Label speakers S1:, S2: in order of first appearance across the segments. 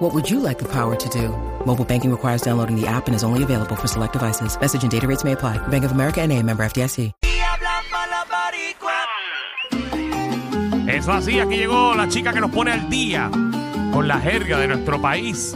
S1: What would you like the power to do? Mobile banking requires downloading the app and is only available for select devices. Message and data rates may apply. Bank of America and a member FDIC.
S2: y hablan mala baricua.
S3: Es así, aquí llegó la chica que nos pone al día con la jerga de nuestro país.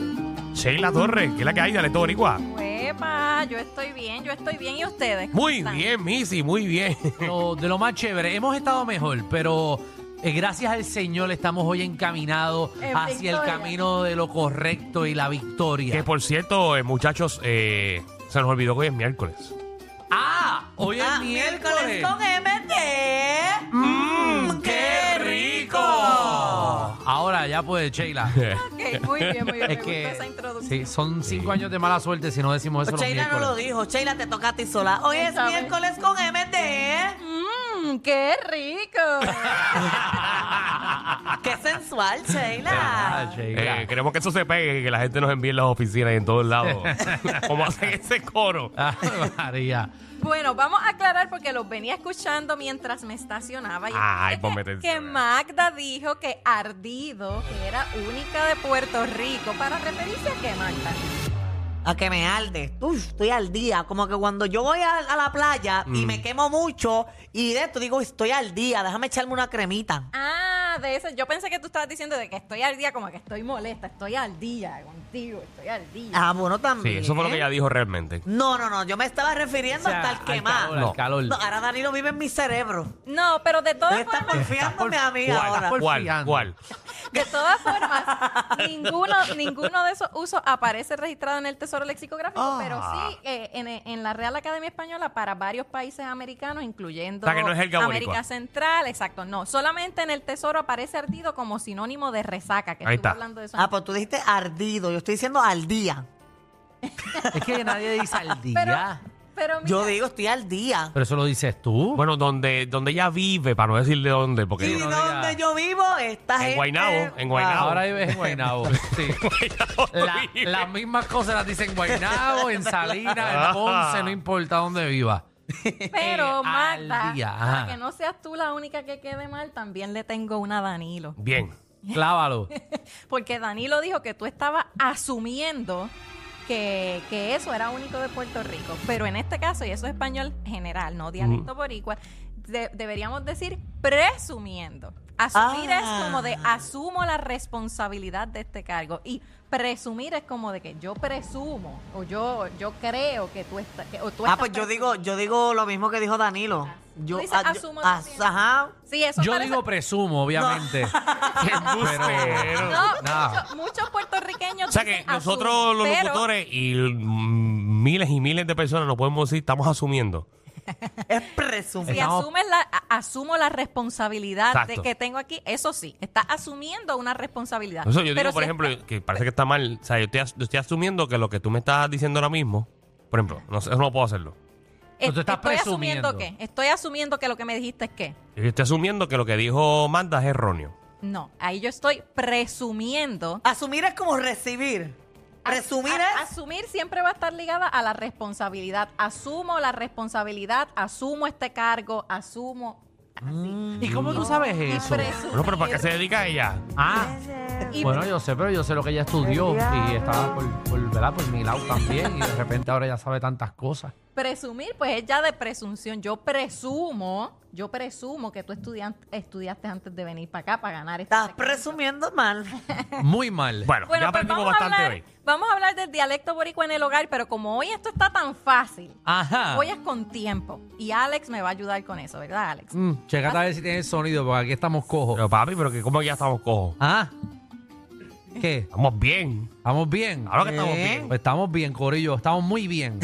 S3: Sheila Torres, que es la que hay, dale todo boricua.
S4: Uepa, yo estoy bien, yo estoy bien. ¿Y ustedes? cómo
S3: Muy
S4: están?
S3: bien, Missy, muy bien.
S5: lo- de lo más chévere. Hemos estado mejor, pero eh, gracias al Señor estamos hoy encaminados
S4: En
S5: hacia el
S4: victoria.
S5: camino de lo correcto y la victoria.
S3: Que por cierto, eh, muchachos, eh, se nos olvidó que hoy es miércoles.
S5: ¡Ah! Hoy es
S4: Ah,
S5: miércoles.
S4: Con MT.
S6: Mm,
S5: ¡Mmm,
S4: qué rico!
S5: Ahora ya pues, Sheila.
S4: Ok, muy bien, muy bien. Me
S5: es
S4: gustó
S5: que
S4: esa introducción.
S5: sí, son cinco años de mala suerte si no decimos eso los
S6: Sheila no lo
S5: miércoles.
S6: dijo, Sheila te toca a ti sola. Hoy
S4: Ya
S6: es
S4: sabes.
S6: miércoles con MT,
S4: Mmm, qué rico.
S6: Qué sensual,
S5: Ah,
S6: Sheila.
S5: Sheila.
S3: Eh, queremos que eso se pegue, que la gente nos envíe en las oficinas y en todos lados. Como hacen ese coro.
S5: Ah, María.
S4: bueno, vamos a aclarar porque los venía escuchando mientras me estacionaba. Y
S3: Ay,
S4: es
S3: ponme
S4: que,
S3: atención.
S4: que Magda dijo que Ardido era única de Puerto Rico para referirse a que Magda.
S6: A que me arde. Uf, estoy al día. Como que cuando yo voy a, a la playa y me quemo mucho y de esto digo, estoy al día, déjame echarme una cremita.
S4: Ah, de eso. Yo pensé que tú estabas diciendo de que estoy al día, como que estoy molesta, estoy al día contigo, estoy al día.
S6: Ah, bueno,
S3: Sí,
S6: también.
S3: eso fue lo que ella dijo realmente.
S6: No, no, no, yo me estaba refiriendo
S5: O sea,
S6: hasta el
S5: al
S6: quemar.
S5: calor, al
S6: No.
S5: calor.
S6: No, ahora Danilo vive en mi cerebro.
S4: No, pero de
S6: Tú
S4: todas
S6: estás
S4: formas,
S6: porfiándome a mí ahora.
S3: ¿Cuál? ¿Cuál?
S5: porfiando.
S3: ¿Cuál?
S4: de todas formas, ninguno, ninguno de esos usos aparece registrado en el Tesoro Lexicográfico,
S3: Ah.
S4: pero sí eh, en, en la Real Academia Española para varios países americanos, incluyendo
S3: O sea, que no es jerga boricua.
S4: América Central, exacto, no. Solamente en el Tesoro aparece ardido como sinónimo de resaca, que
S3: Ahí
S4: estuve
S3: está.
S4: hablando de eso.
S6: Ah, pues tú dijiste ardido, yo estoy diciendo al día.
S5: Es que nadie dice al
S4: pero,
S5: día.
S4: pero mira,
S6: Yo digo, estoy al día.
S5: Pero eso lo dices tú.
S3: Bueno, donde, donde ella vive, para no decirle dónde, porque...
S6: Y
S5: no
S6: donde
S5: diga-
S6: yo vivo, esta gente.
S3: En Guaynabo, en Guaynabo.
S5: Ahora vives en Guaynabo. Sí. La-
S3: vive.
S5: las mismas cosas las dicen en Guaynabo, en Salinas,
S3: Ah.
S5: en Ponce, no importa dónde viva.
S4: pero
S5: al
S4: Magda,
S5: día,
S4: para
S5: ajá.
S4: que no seas tú la única que quede mal, también le tengo una a Danilo.
S3: Bien.
S5: Clávalo.
S4: Porque Danilo dijo que tú estabas asumiendo que, que eso era único de Puerto Rico. Pero en este caso, y eso es español general, no dialecto boricua, de- deberíamos decir presumiendo. Asumir
S6: Ah.
S4: es como de asumo la responsabilidad de este cargo. Y presumir es como de que yo presumo o yo, yo creo que tú estás. o tú
S6: Ah,
S4: estás
S6: pues yo digo,
S4: presumiendo.
S6: yo digo lo mismo que dijo Danilo.
S4: Tú
S6: Yo,
S4: dices,
S6: ah, yo-
S4: asumo
S6: ah,
S4: también.
S6: ajá.
S4: Sí, eso
S5: Yo
S4: parece-
S5: digo presumo, obviamente.
S3: Qué embustero.
S4: No,
S5: No.
S4: muchos- muchos puertorriqueños.
S3: O sea que
S4: dicen
S3: nosotros los
S4: asumo, pero-
S3: locutores y mm, miles y miles de personas no podemos decir, estamos asumiendo.
S6: Es presumido.
S4: Si
S5: Estamos-
S4: asumes la, a- asumo la responsabilidad
S3: Exacto.
S4: de que tengo aquí, eso sí, está asumiendo una responsabilidad.
S3: Eso yo
S4: Pero
S3: digo, por
S4: si
S3: ejemplo,
S4: está-
S3: que parece que está mal. O sea, yo estoy, as- yo estoy asumiendo que lo que tú me estás diciendo ahora mismo, por ejemplo, no sé, eso no puedo hacerlo.
S4: est-
S5: tú estás
S4: estoy asumiendo
S5: presumiendo.
S4: que, estoy asumiendo que lo que me dijiste es que.
S3: Yo estoy asumiendo que lo que dijo Manda es erróneo.
S4: No, ahí yo estoy presumiendo.
S6: Asumir es como recibir. Presumir
S4: A-
S6: es.
S4: Asumir siempre va a estar ligada a la responsabilidad. Asumo la responsabilidad, asumo este cargo, asumo.
S5: ¿Y cómo tú sabes
S4: y
S5: eso?
S4: presumir.
S3: Bueno, pero ¿para qué se dedica ella?
S5: Ah,
S4: Y-
S5: bueno, yo sé, pero yo sé lo que ella estudió y estaba por, por, ¿verdad? por mi lado también y de repente ahora ya sabe tantas cosas.
S4: Presumir, pues es ya de presunción. Yo presumo, yo presumo que tú estudian- estudiaste antes de venir para acá para ganar este
S6: Estás
S4: secreto.
S6: presumiendo mal.
S5: Muy mal.
S3: Bueno, ya
S4: Bueno, pues
S3: aprendimos
S4: vamos
S3: bastante
S4: a hablar,
S3: hoy.
S4: Vamos a hablar del dialecto boricua en el hogar, pero como hoy esto está tan fácil,
S3: Ah.
S5: Ajá.
S4: hoy es con tiempo. Y Alex me va a ayudar con eso, ¿verdad, Alex?
S5: Mm, checate a ver si tiene el sonido, porque aquí estamos cojos.
S3: Pero papi, pero que como que ya estamos cojos.
S5: Ah. ¿Qué?
S3: Estamos bien.
S5: ¿Estamos bien?
S3: Ahora que estamos
S6: ¿Eh?
S3: bien.
S5: Pues estamos bien, Corillo, estamos muy bien.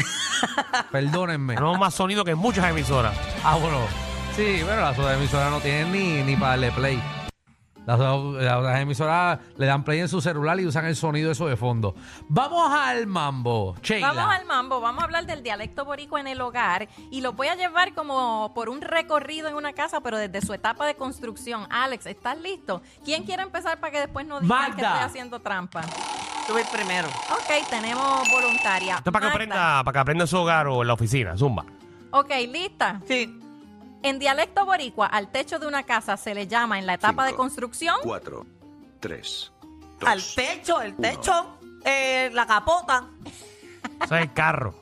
S5: Perdónenme.
S3: Tenemos más sonido que en muchas emisoras.
S5: Ah, bueno. Sí, pero las otras emisoras no tienen ni, ni para darle play. Las, las- las emisoras le dan play en su celular y usan el sonido eso de fondo. Vamos al mambo, Sheila.
S4: Vamos al mambo, vamos a hablar del dialecto boricua en el hogar y lo voy a llevar como por un recorrido en una casa, pero desde su etapa de construcción. Alex, ¿estás listo? ¿Quién quiere empezar para que después no digan que
S5: Magda.
S4: estoy haciendo trampa?
S6: Tú ves primero.
S4: Ok, tenemos voluntaria.
S3: Esto es para que,
S4: Magda.
S3: aprenda, para que aprenda en su hogar o en la oficina, zumba.
S4: Ok, lista.
S6: Sí.
S4: En dialecto boricua, al techo de una casa se le llama en la etapa de
S7: Cinco.
S4: construcción.
S7: 4, 3,
S6: Al techo, el techo, eh, la capota.
S3: Eso es el carro.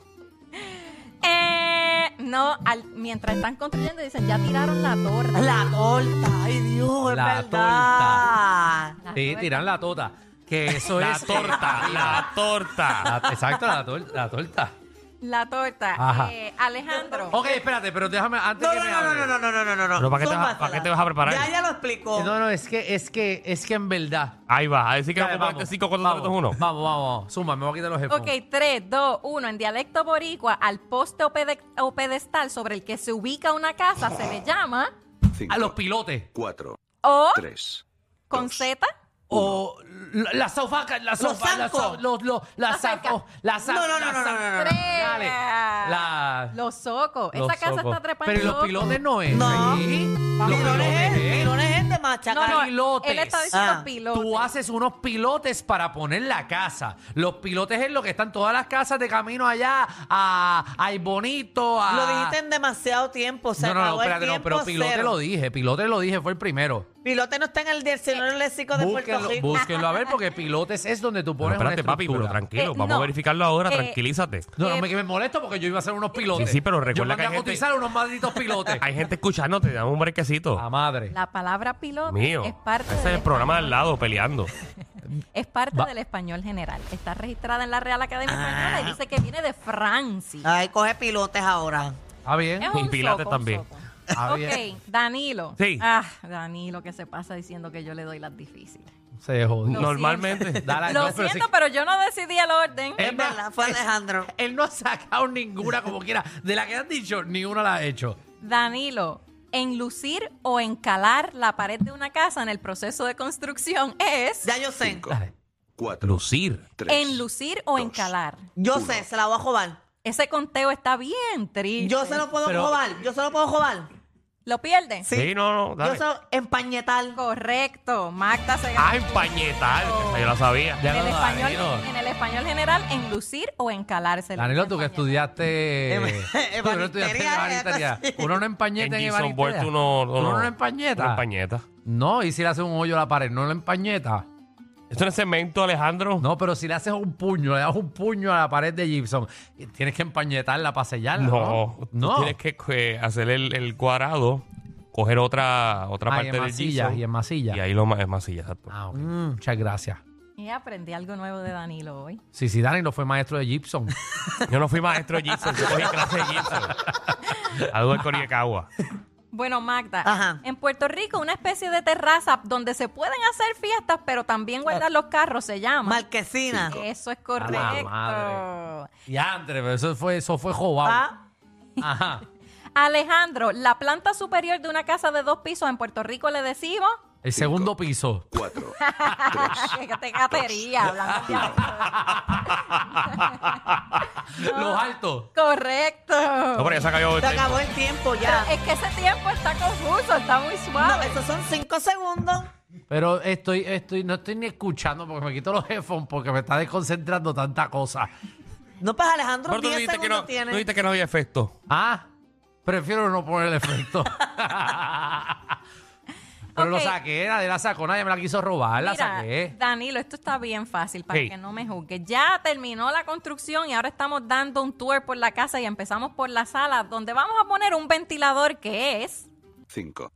S4: Eh, no, al- mientras están construyendo dicen, ya tiraron la torre.
S6: La torta, ay Dios, es
S5: La
S6: verdad.
S5: Sí, tiran la tota. Que eso
S3: La
S5: es.
S3: torta, la torta.
S5: tota.
S6: tota.
S5: La- exacto, la, tor- la torta.
S4: La torta.
S5: Ajá.
S4: Eh, Alejandro.
S5: Ok, espérate, pero déjame antes
S6: No,
S5: que
S6: no,
S5: me
S6: no, no,
S5: hable.
S6: no, no, no, no, no, no.
S3: Pero ¿para qué te vas-
S6: Zúmbasela.
S3: para qué te vas a preparar?
S6: Ya, ya lo explicó.
S5: No, no, es que, es que, es que en verdad.
S3: Ahí va, a decir que no
S5: Dale,
S3: comparte 5, 4,
S5: vamos,
S3: 3, 2, 1.
S5: vamos, vamos, vamos. Suma, me voy a quitar los headphones.
S4: Ok, 3, 2, 1. En dialecto boricua, al poste o, pede- o pedestal sobre el que se ubica una casa se le llama
S7: 5,
S5: A los pilotes.
S7: 4,
S4: o
S7: 3,
S4: con Z.
S5: O la, la sofaca, la sofa, la
S6: zancos.
S5: so- los, los, la
S4: La cerca.
S5: saco, la saco.
S6: No, no, no, no, no, no, no.
S5: Dale. La-
S4: Los socos.
S5: los
S4: Esa casa
S5: socos.
S4: está trepada.
S5: Pero
S4: en
S5: los
S4: socos.
S5: pilotes no es.
S6: No.
S5: Sí. Los
S6: Pilones,
S5: pilotes
S6: es-
S5: es.
S6: pilones es de machacar.
S4: No, no,
S5: pilotes.
S4: él está diciendo
S6: Ah,
S4: pilotes.
S5: Tú haces unos pilotes para poner la casa. Los pilotes es lo que están todas las casas de camino allá a, a Bonito, a...
S6: Lo dijiste en demasiado tiempo. Se
S5: ah. no, no, no,
S6: acabó el
S5: espérate, no,
S6: tiempo
S5: pero pilote
S6: cero.
S5: lo dije, pilote lo dije, fue el primero.
S6: Pilote no está en el diccionario léxico de Puerto
S5: Búsquenlo,
S6: Rico.
S5: búsquenlo a ver porque pilotes es donde tú
S3: Pero
S5: pones
S3: espérate,
S5: una
S3: papi, pero
S5: estructura.
S3: tranquilo.
S4: Eh,
S3: vamos a
S4: no.
S3: verificarlo ahora,
S4: Eh,
S3: tranquilízate.
S5: No, no
S4: Eh,
S5: me, que me molesto porque yo iba a hacer unos pilotes.
S3: Sí, sí, pero recuerda
S5: yo mandé
S3: que hay
S5: a
S3: gente-
S5: cotizar unos malditos pilotes.
S3: Hay gente escuchándote, dame un brequecito.
S5: La madre.
S4: La palabra piloto
S3: Mío.
S4: es parte,
S3: Ese es
S4: del,
S3: el programa al lado peleando.
S4: es parte
S5: Va.
S4: del español general. Está registrada en la Real Academia
S3: Ah.
S4: Española y dice que viene de Francia.
S6: Ah. Ay, coge pilotes ahora.
S5: Ah, bien.
S4: Es
S3: Y
S4: un
S3: pilates
S4: soco, un
S3: también.
S4: soco.
S5: Ah, bien.
S4: Ok, Danilo.
S3: Sí.
S4: Ah, Danilo que se pasa diciendo que yo le doy las difíciles.
S5: Se jodió.
S4: No.
S3: Normalmente.
S5: Da la-
S4: Lo
S5: no, pero sí-
S4: siento, pero yo no decidí el orden.
S3: Eh.
S5: Es
S6: Es verdad, fue Alejandro.
S5: Él no ha sacado ninguna como quiera. De la que han dicho, ni una la ha hecho.
S4: Danilo, enlucir o encalar la pared de una casa en el proceso de construcción es
S6: Ya yo sé.
S7: 5, 4,
S3: Lucir.
S7: 3.
S4: enlucir o
S7: dos.
S4: encalar.
S6: Yo sé, se la voy a jobar.
S4: Ese conteo está bien triste.
S6: Yo se lo puedo
S5: Pero-
S6: jobar. Yo se lo puedo jobar.
S4: ¿Lo pierden?
S3: Sí, no, no,
S6: Yo
S3: dale.
S6: se lo empañetal.
S4: Correcto. Magda se ganó.
S3: Ah, empañetar. Esa yo la sabía.
S5: Ya
S4: en, el
S5: lo-
S4: español,
S5: Danilo.
S4: en el español general, enlucir o encalarse.
S5: Danilo, tú que estudiaste.
S6: Em-
S5: tú no estudiaste
S6: ebanistería,
S5: ebanistería.
S6: sí.
S5: Uno no empañeta en,
S3: en Jason Bourne
S5: ebanistería.
S3: tú no...
S5: Uno no
S3: No
S5: empañeta.
S3: empañeta.
S5: No, y si le haces un hoyo a la pared, no lo empañeta.
S3: ¿Esto no es cemento, Alejandro?
S5: No, pero si le haces un puño, le das un puño a la pared de Gibson, tienes que empañetarla para sellarla. No,
S3: Tú Tienes que eh, hacer el, el cuadrado, coger otra, otra
S5: Ah, y
S3: parte
S5: en
S3: del
S5: masilla,
S3: Jason,
S5: y en masilla.
S3: Y ahí lo ma- es masilla, exacto.
S5: Ah, ok. Muchas gracias.
S4: Y aprendí algo nuevo de Danilo hoy.
S5: Sí, sí, Danilo fue maestro de Gibson.
S3: Yo no fui maestro de Gibson, yo cogí clase de Gibson. A Duer Coriecawa.
S4: Bueno, Magda,
S6: Ajá.
S4: en Puerto Rico una especie de terraza donde se pueden hacer fiestas, pero también guardar los carros se llama.
S6: Marquesina.
S4: Eso es
S5: A la
S4: correcto.
S5: madre. Y André, pero eso fue, eso fue jobado.
S6: Ah,
S5: Ajá.
S4: Alejandro, la planta superior de una casa de dos pisos en Puerto Rico le decimos
S5: El segundo piso.
S7: 4,
S4: que te catería hablando de
S5: Los altos.
S4: Correcto.
S3: No, pero ya se acabó este. el
S6: se
S3: tiempo.
S6: acabó el tiempo ya.
S4: Pero eh, es que ese tiempo está confuso, está muy
S6: No,
S4: suave.
S6: esos son cinco segundos.
S5: Pero estoy, estoy, no estoy ni escuchando porque me quito los headphones porque me está desconcentrando tanta cosa.
S6: No, pues Alejandro,
S3: Pero tú
S6: 10
S3: dijiste
S6: segundos
S3: que no,
S6: tiene.
S3: tú dijiste que no había efecto.
S5: Ah, prefiero no poner el efecto. Pero
S4: Ok.
S5: lo saqué, nadie la sacó, nadie me la quiso robar, la
S4: Mira,
S5: saqué.
S4: Danilo, esto está bien fácil para
S3: Hey.
S4: que no me juzgues. Ya terminó la construcción y ahora estamos dando un tour por la casa y empezamos por la sala donde vamos a poner un ventilador que es
S7: 5,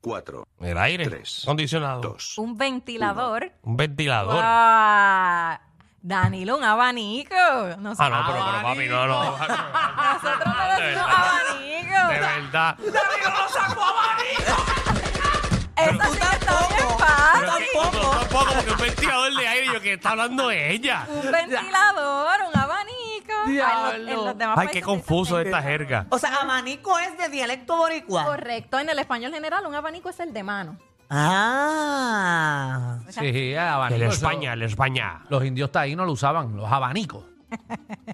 S7: 4,
S3: El aire.
S7: Tres,
S3: Condicionado.
S7: 2,
S4: un ventilador.
S3: Un ventilador.
S4: Ah, Danilo, un abanico. Nos-
S3: Ah, no, pero, pero papi, no, no.
S4: Nosotros le decimos
S3: De
S4: abanico.
S3: verdad.
S4: Esa sí que está bien fácil.
S3: Pero es que- no, Tampoco, porque un ventilador de aire, yo que está hablando de ella.
S4: Un ventilador, un abanico. Ay, en los- en los demás pues
S3: Ay, qué
S4: países
S3: confuso
S4: dicen
S3: esta jerga.
S6: O sea, abanico es de dialecto boricua.
S4: Correcto, en el español general un abanico es el de mano.
S6: Ah.
S5: Sí, el
S3: El
S5: abanico. eso-
S3: España, el España.
S5: Los indios taínos lo usaban, los abanicos.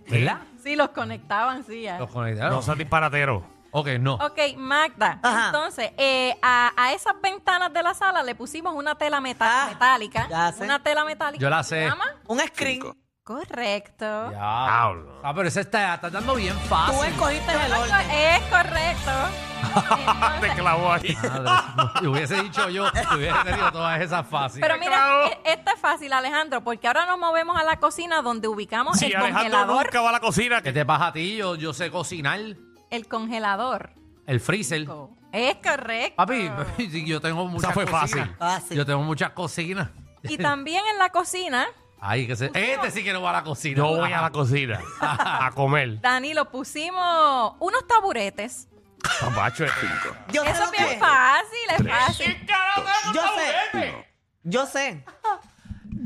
S5: ¿Verdad?
S4: Sí, los conectaban, sí. a-
S5: Los conectaron.
S3: No seas disparatero.
S5: Ok, no.
S4: Ok, Magda.
S6: Ajá.
S4: Entonces, eh, a, a esas ventanas de la sala le pusimos una tela meta-
S6: Ah,
S4: metálica.
S6: ya sé.
S4: Una tela metálica.
S5: Yo la
S4: que se
S5: sé.
S4: llama-
S6: Un screen.
S7: Cinco.
S4: Correcto.
S5: Ya.
S3: Pablo.
S5: Ah, pero ese está, está dando bien
S3: Ah,
S6: Tú
S5: fácil.
S6: escogiste el orden.
S4: Es correcto.
S3: Te
S4: Entonces,
S3: clavó ahí.
S5: Madre, lo hubiese dicho yo, te hubiese tenido todas esas fáciles.
S4: pero
S3: claro.
S4: mira, e- esta es fácil, Alejandro, porque ahora nos movemos a la cocina donde ubicamos
S3: Si
S4: el
S3: Alejandro
S4: congelador.
S3: nunca va a la cocina,
S5: ¿Qué
S3: que
S5: te pasa a ti? Yo, yo sé cocinar
S4: El congelador.
S5: el freezer.
S4: Es correcto.
S5: Papi, papi, sí, yo tengo muchas
S3: fue
S5: cocinas.
S3: fácil.
S6: Fácil.
S5: Yo tengo muchas cocinas.
S4: Y también en la cocina,
S5: Ay, que se... Este sí que no va a la cocina.
S3: no voy a la
S5: cocina.
S3: cocina a comer.
S4: Danilo, pusimos unos taburetes.
S3: Papacho, eh.
S7: cinco,
S6: Yo sé
S4: Eso
S6: lo
S4: es bien
S6: que
S4: fácil, es fácil.
S6: Yo sé. Yo sé.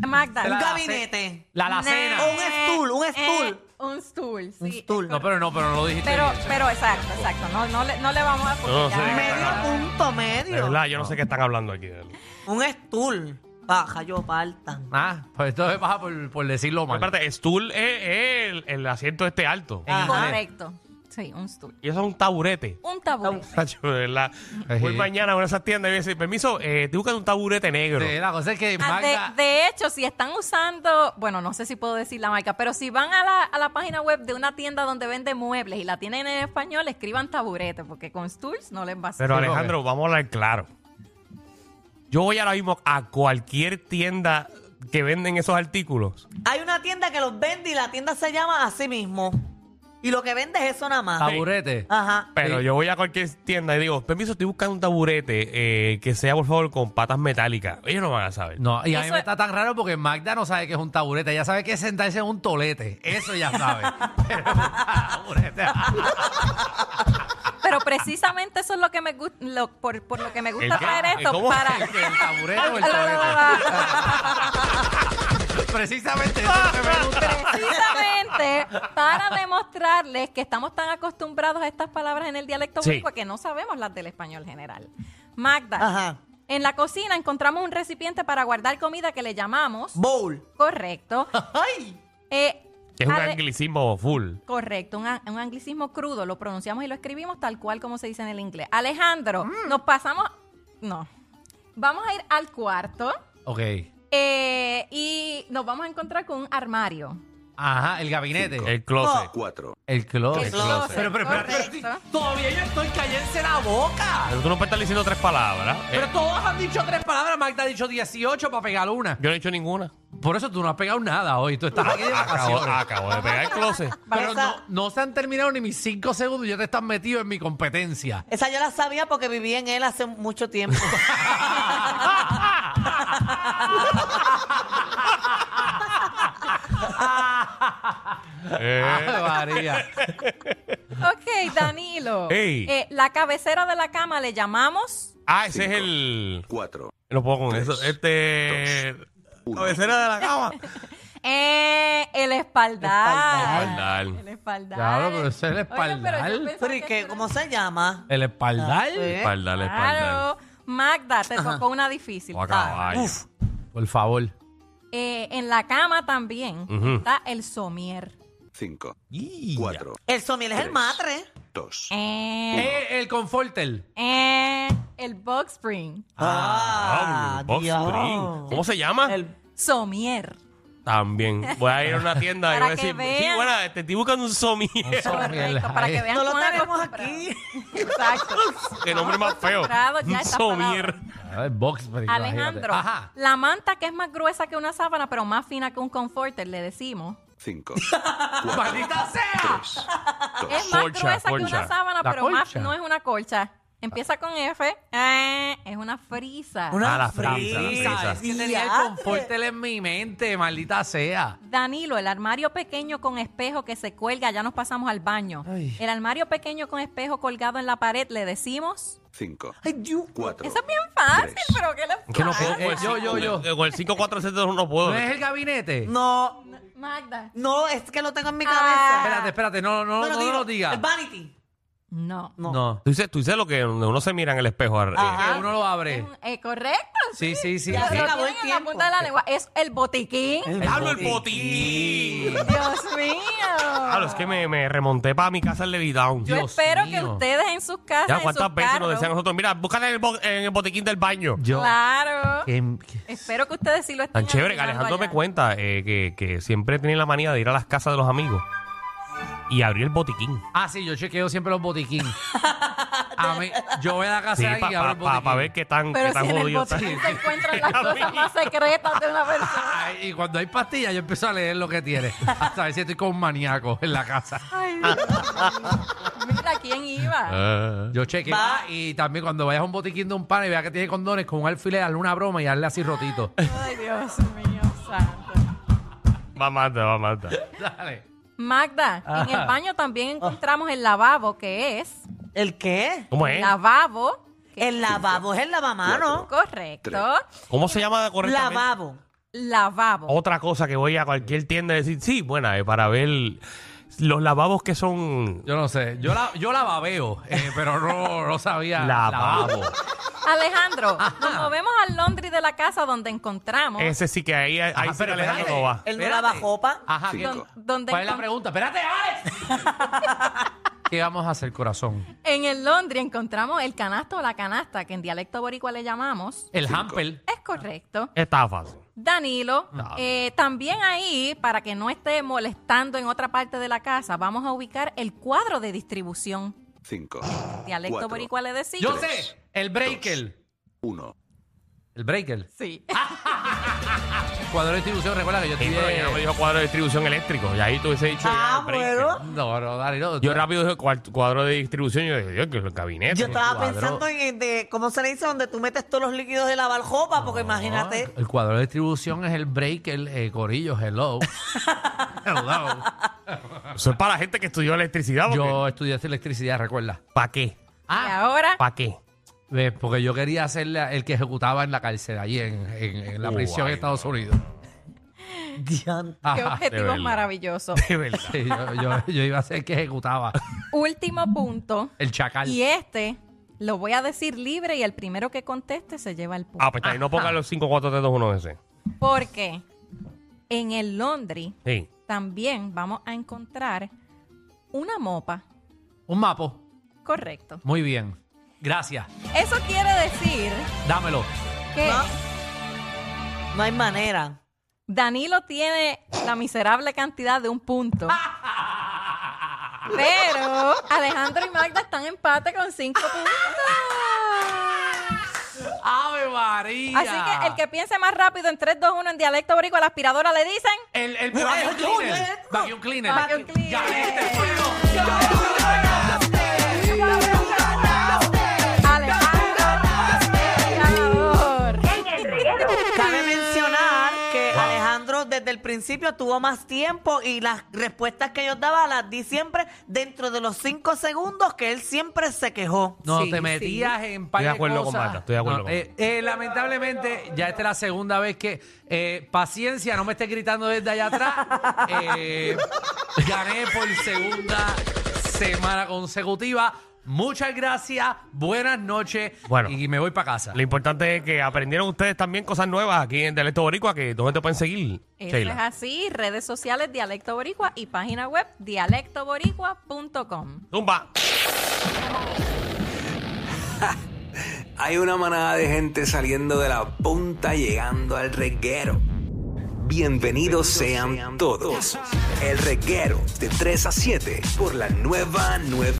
S4: Magda.
S6: Un
S5: La-
S6: gabinete.
S5: La alacena.
S4: Nah,
S6: Un stool, un stool.
S4: un stool,
S6: Un
S4: sí.
S6: stool.
S5: No, pero no, pero no lo dijiste.
S4: Pero,
S5: bien.
S4: pero exacto, exacto. No, no, le, no le vamos a
S3: No sé.
S4: ya-
S6: Medio punto
S3: De
S6: medio.
S3: verdad, yo no sé qué están hablando aquí. de verdad.
S6: Un stool. Baja, yo partan.
S5: Ah, pues esto me pasa por, por decirlo mal.
S3: Espérate, stool es, es el, el asiento este alto.
S5: En inglés.
S4: Correcto. Sí, un stool.
S3: Y eso es un taburete.
S4: Un tabú.
S3: Papacho, de verdad. Voy
S5: Ajá.
S3: mañana a una de esas tiendas y voy a decir, permiso, eh, estoy buscando un taburete negro.
S5: Sí, la cosa es que
S4: Ah, De,
S5: Magda...
S4: de hecho, si están usando, bueno, no sé si puedo decir la marca, pero si van a la, a la página web de una tienda donde vende muebles y la tienen en español, escriban taburete, porque con stools no les va a hacer.
S3: Pero
S5: Sí,
S3: Alejandro, vamos a hablar claro. Yo voy ahora mismo a cualquier tienda que venden esos artículos.
S6: Hay una tienda que los vende y la tienda se llama así mismo. Y lo que vende es eso nada más.
S5: Taburete.
S4: Ah.
S6: Ajá.
S3: Pero
S5: Sí.
S3: yo voy a cualquier tienda y digo, permiso, estoy buscando un taburete eh, que sea, por favor, con patas metálicas. Ellos no van a saber.
S5: No, y a mí
S4: Eso-
S5: me está tan raro porque Magda no sabe que es un taburete. Ella sabe que es sentarse en un tolete. Eso ya sabe. Pero taburete. ah,
S4: Pero precisamente eso es lo que me gusta, por, por lo que me gusta
S3: qué?
S4: traer esto
S3: ¿Cómo?
S4: para.
S5: El taburete
S4: Ah,
S5: o el tolete. Precisamente eso es lo que me gusta.
S4: Precisamente para demostrarles que estamos tan acostumbrados a estas palabras en el dialecto
S3: Sí.
S4: boricua que no sabemos las del español general. Magda,
S6: Ajá.
S4: en la cocina encontramos un recipiente para guardar comida que le llamamos
S6: Bowl.
S4: correcto.
S6: ¡Ay!
S4: eh,
S3: Es un
S4: ale-
S3: anglicismo full.
S4: Correcto, un, an- un anglicismo crudo, lo pronunciamos y lo escribimos tal cual como se dice en el inglés. Alejandro,
S6: Mm.
S4: nos pasamos, no, vamos a ir al cuarto
S5: Ok.
S4: eh, y nos vamos a encontrar con un armario.
S5: Ajá, el gabinete.
S7: Cinco.
S3: El closet.
S7: cuatro,
S5: El closet.
S4: El closet,
S5: Pero, pero, pero, pero,
S4: correcto.
S5: todavía yo estoy cállense la boca.
S3: Pero tú no puedes estar diciendo tres palabras. Eh,
S5: Pero todos han dicho tres palabras. Magda ha dicho 18 para pegar una.
S3: yo no he dicho ninguna.
S5: Por eso tú no has pegado nada hoy. Tú estás aquí de
S3: Acabo,
S5: vacaciones.
S3: acabo de pegar el closet.
S5: Pero
S6: Esa-
S5: no, no se han terminado ni mis cinco segundos y ya te estás metido en mi competencia.
S6: Esa yo la sabía porque viví en él hace mucho tiempo.
S3: Eh.
S5: Ay,
S3: Eh,
S5: María.
S4: Ok, Danilo,
S3: Ey.
S4: Eh, la cabecera de la cama le llamamos
S3: ah, ese
S7: Cinco.
S3: es el.
S7: cuatro,
S3: No puedo con
S7: Tres,
S3: eso. Este.
S7: uno.
S3: Cabecera de la cama.
S4: eh, el espaldar.
S3: Espaldar.
S4: El espaldar.
S5: Claro, pero ese es el
S4: Oye, pero yo
S5: espaldar.
S4: pensaba
S6: Pero ¿y
S4: que
S6: qué?
S4: eso
S6: ¿Cómo se llama?
S5: El espaldar.
S6: Eh,
S3: Espaldar,
S4: era-
S3: espaldar.
S4: Claro. Magda, te tocó una difícil.
S3: Oh, caballo.
S6: Uf.
S5: Por favor.
S4: Eh, en la cama también
S3: Ujú.
S4: está el somier.
S7: cinco,
S3: Y-
S7: cuatro,
S6: El somiel es el
S7: Tres.
S6: matre.
S7: dos,
S4: Eh,
S5: Eh, el confortel.
S4: eh, el box spring.
S3: Ah, Box
S6: Dios.
S3: Spring. ¿Cómo se llama?
S6: El-
S4: Somier.
S3: También. Voy a ir a una tienda y voy
S4: Para
S3: a
S4: que
S3: decir, sí,
S4: vean.
S3: bueno, te estoy buscando un somier.
S4: Correcto, para que vean
S6: No lo
S4: cuán
S6: tenemos
S4: acostumbrado.
S6: aquí.
S4: Exacto.
S3: Qué nombre más feo.
S4: Acostumbrados ya a
S3: Un
S4: estas
S3: somier.
S4: palabras.
S5: El box, pero imagínate.
S4: Alejandro,
S5: Ajá.
S4: la manta que es más gruesa que una sábana, pero más fina que un comforter, le decimos.
S7: cinco,
S5: ¡Maldita sea!
S7: tres,
S4: Es
S7: dos,
S4: más
S3: Colcha,
S4: gruesa que
S3: colcha.
S4: una sábana,
S5: La
S4: pero más
S5: colcha.
S4: no es una colcha. Empieza con F. eh, es una frisa.
S6: Una
S3: Ah, la frisa,
S6: frisa.
S3: la frisa.
S5: Es que tenía el
S6: Diatre.
S5: confortel en mi mente, maldita sea.
S4: Danilo, el armario pequeño con espejo que se cuelga, ya nos pasamos al baño.
S5: Ay.
S4: El armario pequeño con espejo colgado en la pared, le decimos.
S7: cinco,
S6: Ay, Dios.
S7: cuatro,
S4: Eso es bien fácil,
S7: Tres.
S4: pero ¿qué le pasa?
S3: Que no puedo.
S5: Eh,
S3: con el
S5: yo, yo,
S3: cinco-
S5: yo.
S3: Con el 547 no puedo.
S5: ¿No es el gabinete?
S6: No,
S4: Magda.
S6: no, es que lo tengo en mi
S4: Ah.
S6: cabeza.
S5: Espérate, espérate, no, no, no,
S6: Bueno,
S5: no,
S6: digo,
S5: lo
S6: El
S5: digas.
S6: vanity.
S4: No.
S6: No.
S5: No.
S3: Tú dices, tú dices lo que uno se mira en el espejo. ar- eh,
S6: Ajá.
S5: Uno lo abre.
S4: Es un- eh, correcto.
S5: Sí, sí, sí.
S4: Ya
S5: sí.
S4: lo
S6: se acabó el
S4: tienen en la
S6: tiempo.
S4: punta de la lengua. Es el botiquín.
S3: ¡Hablo el botiquín!
S4: Dios mío.
S3: Claro, es que me, me remonté para mi casa en Levitown.
S4: Yo
S5: Dios
S4: espero que
S5: mío.
S4: ustedes en sus casas.
S3: Ya,
S4: en
S3: ¿cuántas
S4: sus
S3: veces nos
S4: carros-
S3: decían a nosotros? Mira, búscala en el, bo- en el botiquín del baño.
S5: Yo.
S4: Claro.
S5: que-
S4: Espero que ustedes sí lo estén
S3: Tan chévere que
S4: aplicando
S3: Alejandro me
S4: allá.
S3: cuenta eh, que, que siempre tiene la manía de ir a las casas de los amigos y abrir el botiquín.
S5: Ah, sí, yo chequeo siempre los botiquín. A mí, yo voy a la casa de alguien y abro
S3: para
S5: el botiquín.
S3: ver qué tan, qué
S4: Pero
S3: tan
S4: si en el
S3: jodido está.
S4: botiquín se encuentran las cosas más secretas de una persona.
S5: Ay, y cuando hay pastillas, yo empiezo a leer lo que tiene. Hasta ver si estoy con un maníaco en la casa.
S4: Ay, Dios mío. Mira quién iba.
S3: Ah.
S5: Yo chequeo.
S6: Va.
S5: Y también cuando vayas a un botiquín de un pan y veas que tiene condones, con un alfiler, hazle una broma y hazle así rotito.
S4: Ay, Dios mío, santo.
S3: Va a matar, va a matar.
S5: Dale.
S4: Magda, en el baño también encontramos el lavabo, que es
S6: ¿El qué?
S3: ¿Cómo es?
S4: lavabo. que-
S6: El lavabo es el lavamano.
S4: Correcto.
S3: ¿Cómo se llama correctamente?
S6: Lavabo.
S4: Lavabo.
S3: Otra cosa que voy a cualquier tienda y decir, sí, buena, eh, para ver los lavabos que son
S5: Yo no sé. Yo la, yo la babeo, eh, pero no, no sabía.
S3: lavabos.
S4: Alejandro, nos movemos al Londres de la casa donde encontramos.
S3: Ese sí que ahí, ahí sí que
S5: pero
S3: Alejandro
S5: espérate.
S3: no va.
S6: Él no
S5: Espérate.
S6: lava jopa.
S5: Ajá.
S7: Sí.
S5: ¿qué-
S4: don- donde
S5: ¿Cuál es la
S4: encon-
S5: pregunta? ¡Espérate, Alex! ¿Qué vamos a hacer, corazón?
S4: en el Londres encontramos el canasto o la canasta, que en dialecto boricua le llamamos.
S5: El hamper.
S4: Es correcto.
S3: Está fácil.
S4: Danilo, eh, también ahí, para que no esté molestando en otra parte de la casa, vamos a ubicar el cuadro de distribución.
S7: 5,
S4: Dialecto
S7: Cuatro.
S4: boricua le decimos.
S5: Yo sé. El breaker.
S7: 1,
S5: El breaker.
S4: Sí.
S5: Cuadro de distribución, recuerda que yo
S3: Sí,
S5: estoy.
S3: pero ya no me dijo cuadro de distribución eléctrico. Y ahí tú hubiese dicho.
S6: Ah,
S3: ya, break.
S6: bueno.
S5: No, no, dale, no.
S3: Yo rápido dije cual- cuadro de distribución. Yo dije, Dios, que es el gabinete.
S6: Yo estaba
S3: cuadro.
S6: pensando en el de, ¿cómo se le dice? Donde tú metes todos los líquidos de lavar jopa, porque imagínate.
S5: El cuadro de distribución es el breaker, eh, Corillo, hello. hello.
S3: Eso es para la gente que estudió electricidad.
S5: Yo estudié electricidad, recuerda.
S3: ¿Para qué?
S4: Y ahora,
S3: ¿Para qué?
S5: ¿Ves? Porque yo quería ser la- el que ejecutaba en la cárcel, allí en, en- en la
S3: Oh,
S5: prisión
S3: ay,
S5: de Estados Unidos.
S6: Diantre.
S4: qué
S5: Ajá.
S4: objetivos
S3: verdad.
S4: maravillosos.
S3: De verdad.
S5: Sí, yo, yo- yo iba a ser el que ejecutaba
S4: Último punto.
S5: el chacal.
S4: Y este lo voy a decir libre y el primero que conteste se lleva el punto.
S3: Ah, pues ahí no pongan los 5, 4, 3, 2, 1 ese.
S4: Porque en el Londres
S3: Sí.
S4: también vamos a encontrar una mopa.
S5: Un mapo.
S4: Correcto.
S5: Muy bien. Gracias.
S4: Eso quiere decir
S5: Dámelo.
S4: que
S6: No. No hay manera.
S4: Danilo tiene la miserable cantidad de un punto. Pero Alejandro y Magda están en empate con cinco puntos.
S5: ¡Ave María!
S4: Así que el que piense más rápido en 3, 2, 1 en dialecto boricua, la aspiradora le dicen...
S5: El, el vacuum
S6: yo,
S5: cleaner.
S6: yo, yo.
S5: Vacuum cleaner. este
S4: Vacuum cleaner.
S5: Galete, fuego.
S4: Alejandro,
S6: Cabe mencionar que Alejandro desde el principio tuvo más tiempo y las respuestas que yo daba las di siempre dentro de los cinco segundos que él siempre se quejó.
S5: No,
S4: Sí,
S5: te metías en par
S3: Estoy de acuerdo con
S5: cosas.
S3: Marta, estoy de acuerdo
S5: No,
S3: con
S5: eh, eh, lamentablemente, ya esta es la segunda vez que. eh, paciencia, no me estés gritando desde allá atrás. Eh, gané por segunda semana consecutiva. Muchas gracias, buenas noches.
S3: Bueno.
S5: y me voy para casa.
S3: Lo importante es que aprendieron ustedes también cosas nuevas aquí en Dialecto Boricua, que dónde te pueden seguir.
S4: Eso
S3: Sheila?
S4: es así, redes sociales Dialecto Boricua y página web dialectoboricua.com.
S3: Zumba.
S8: Hay una manada de gente saliendo de la punta llegando al reguero. Bienvenidos sean todos. El reguero de 3 a 7 por la nueva 9.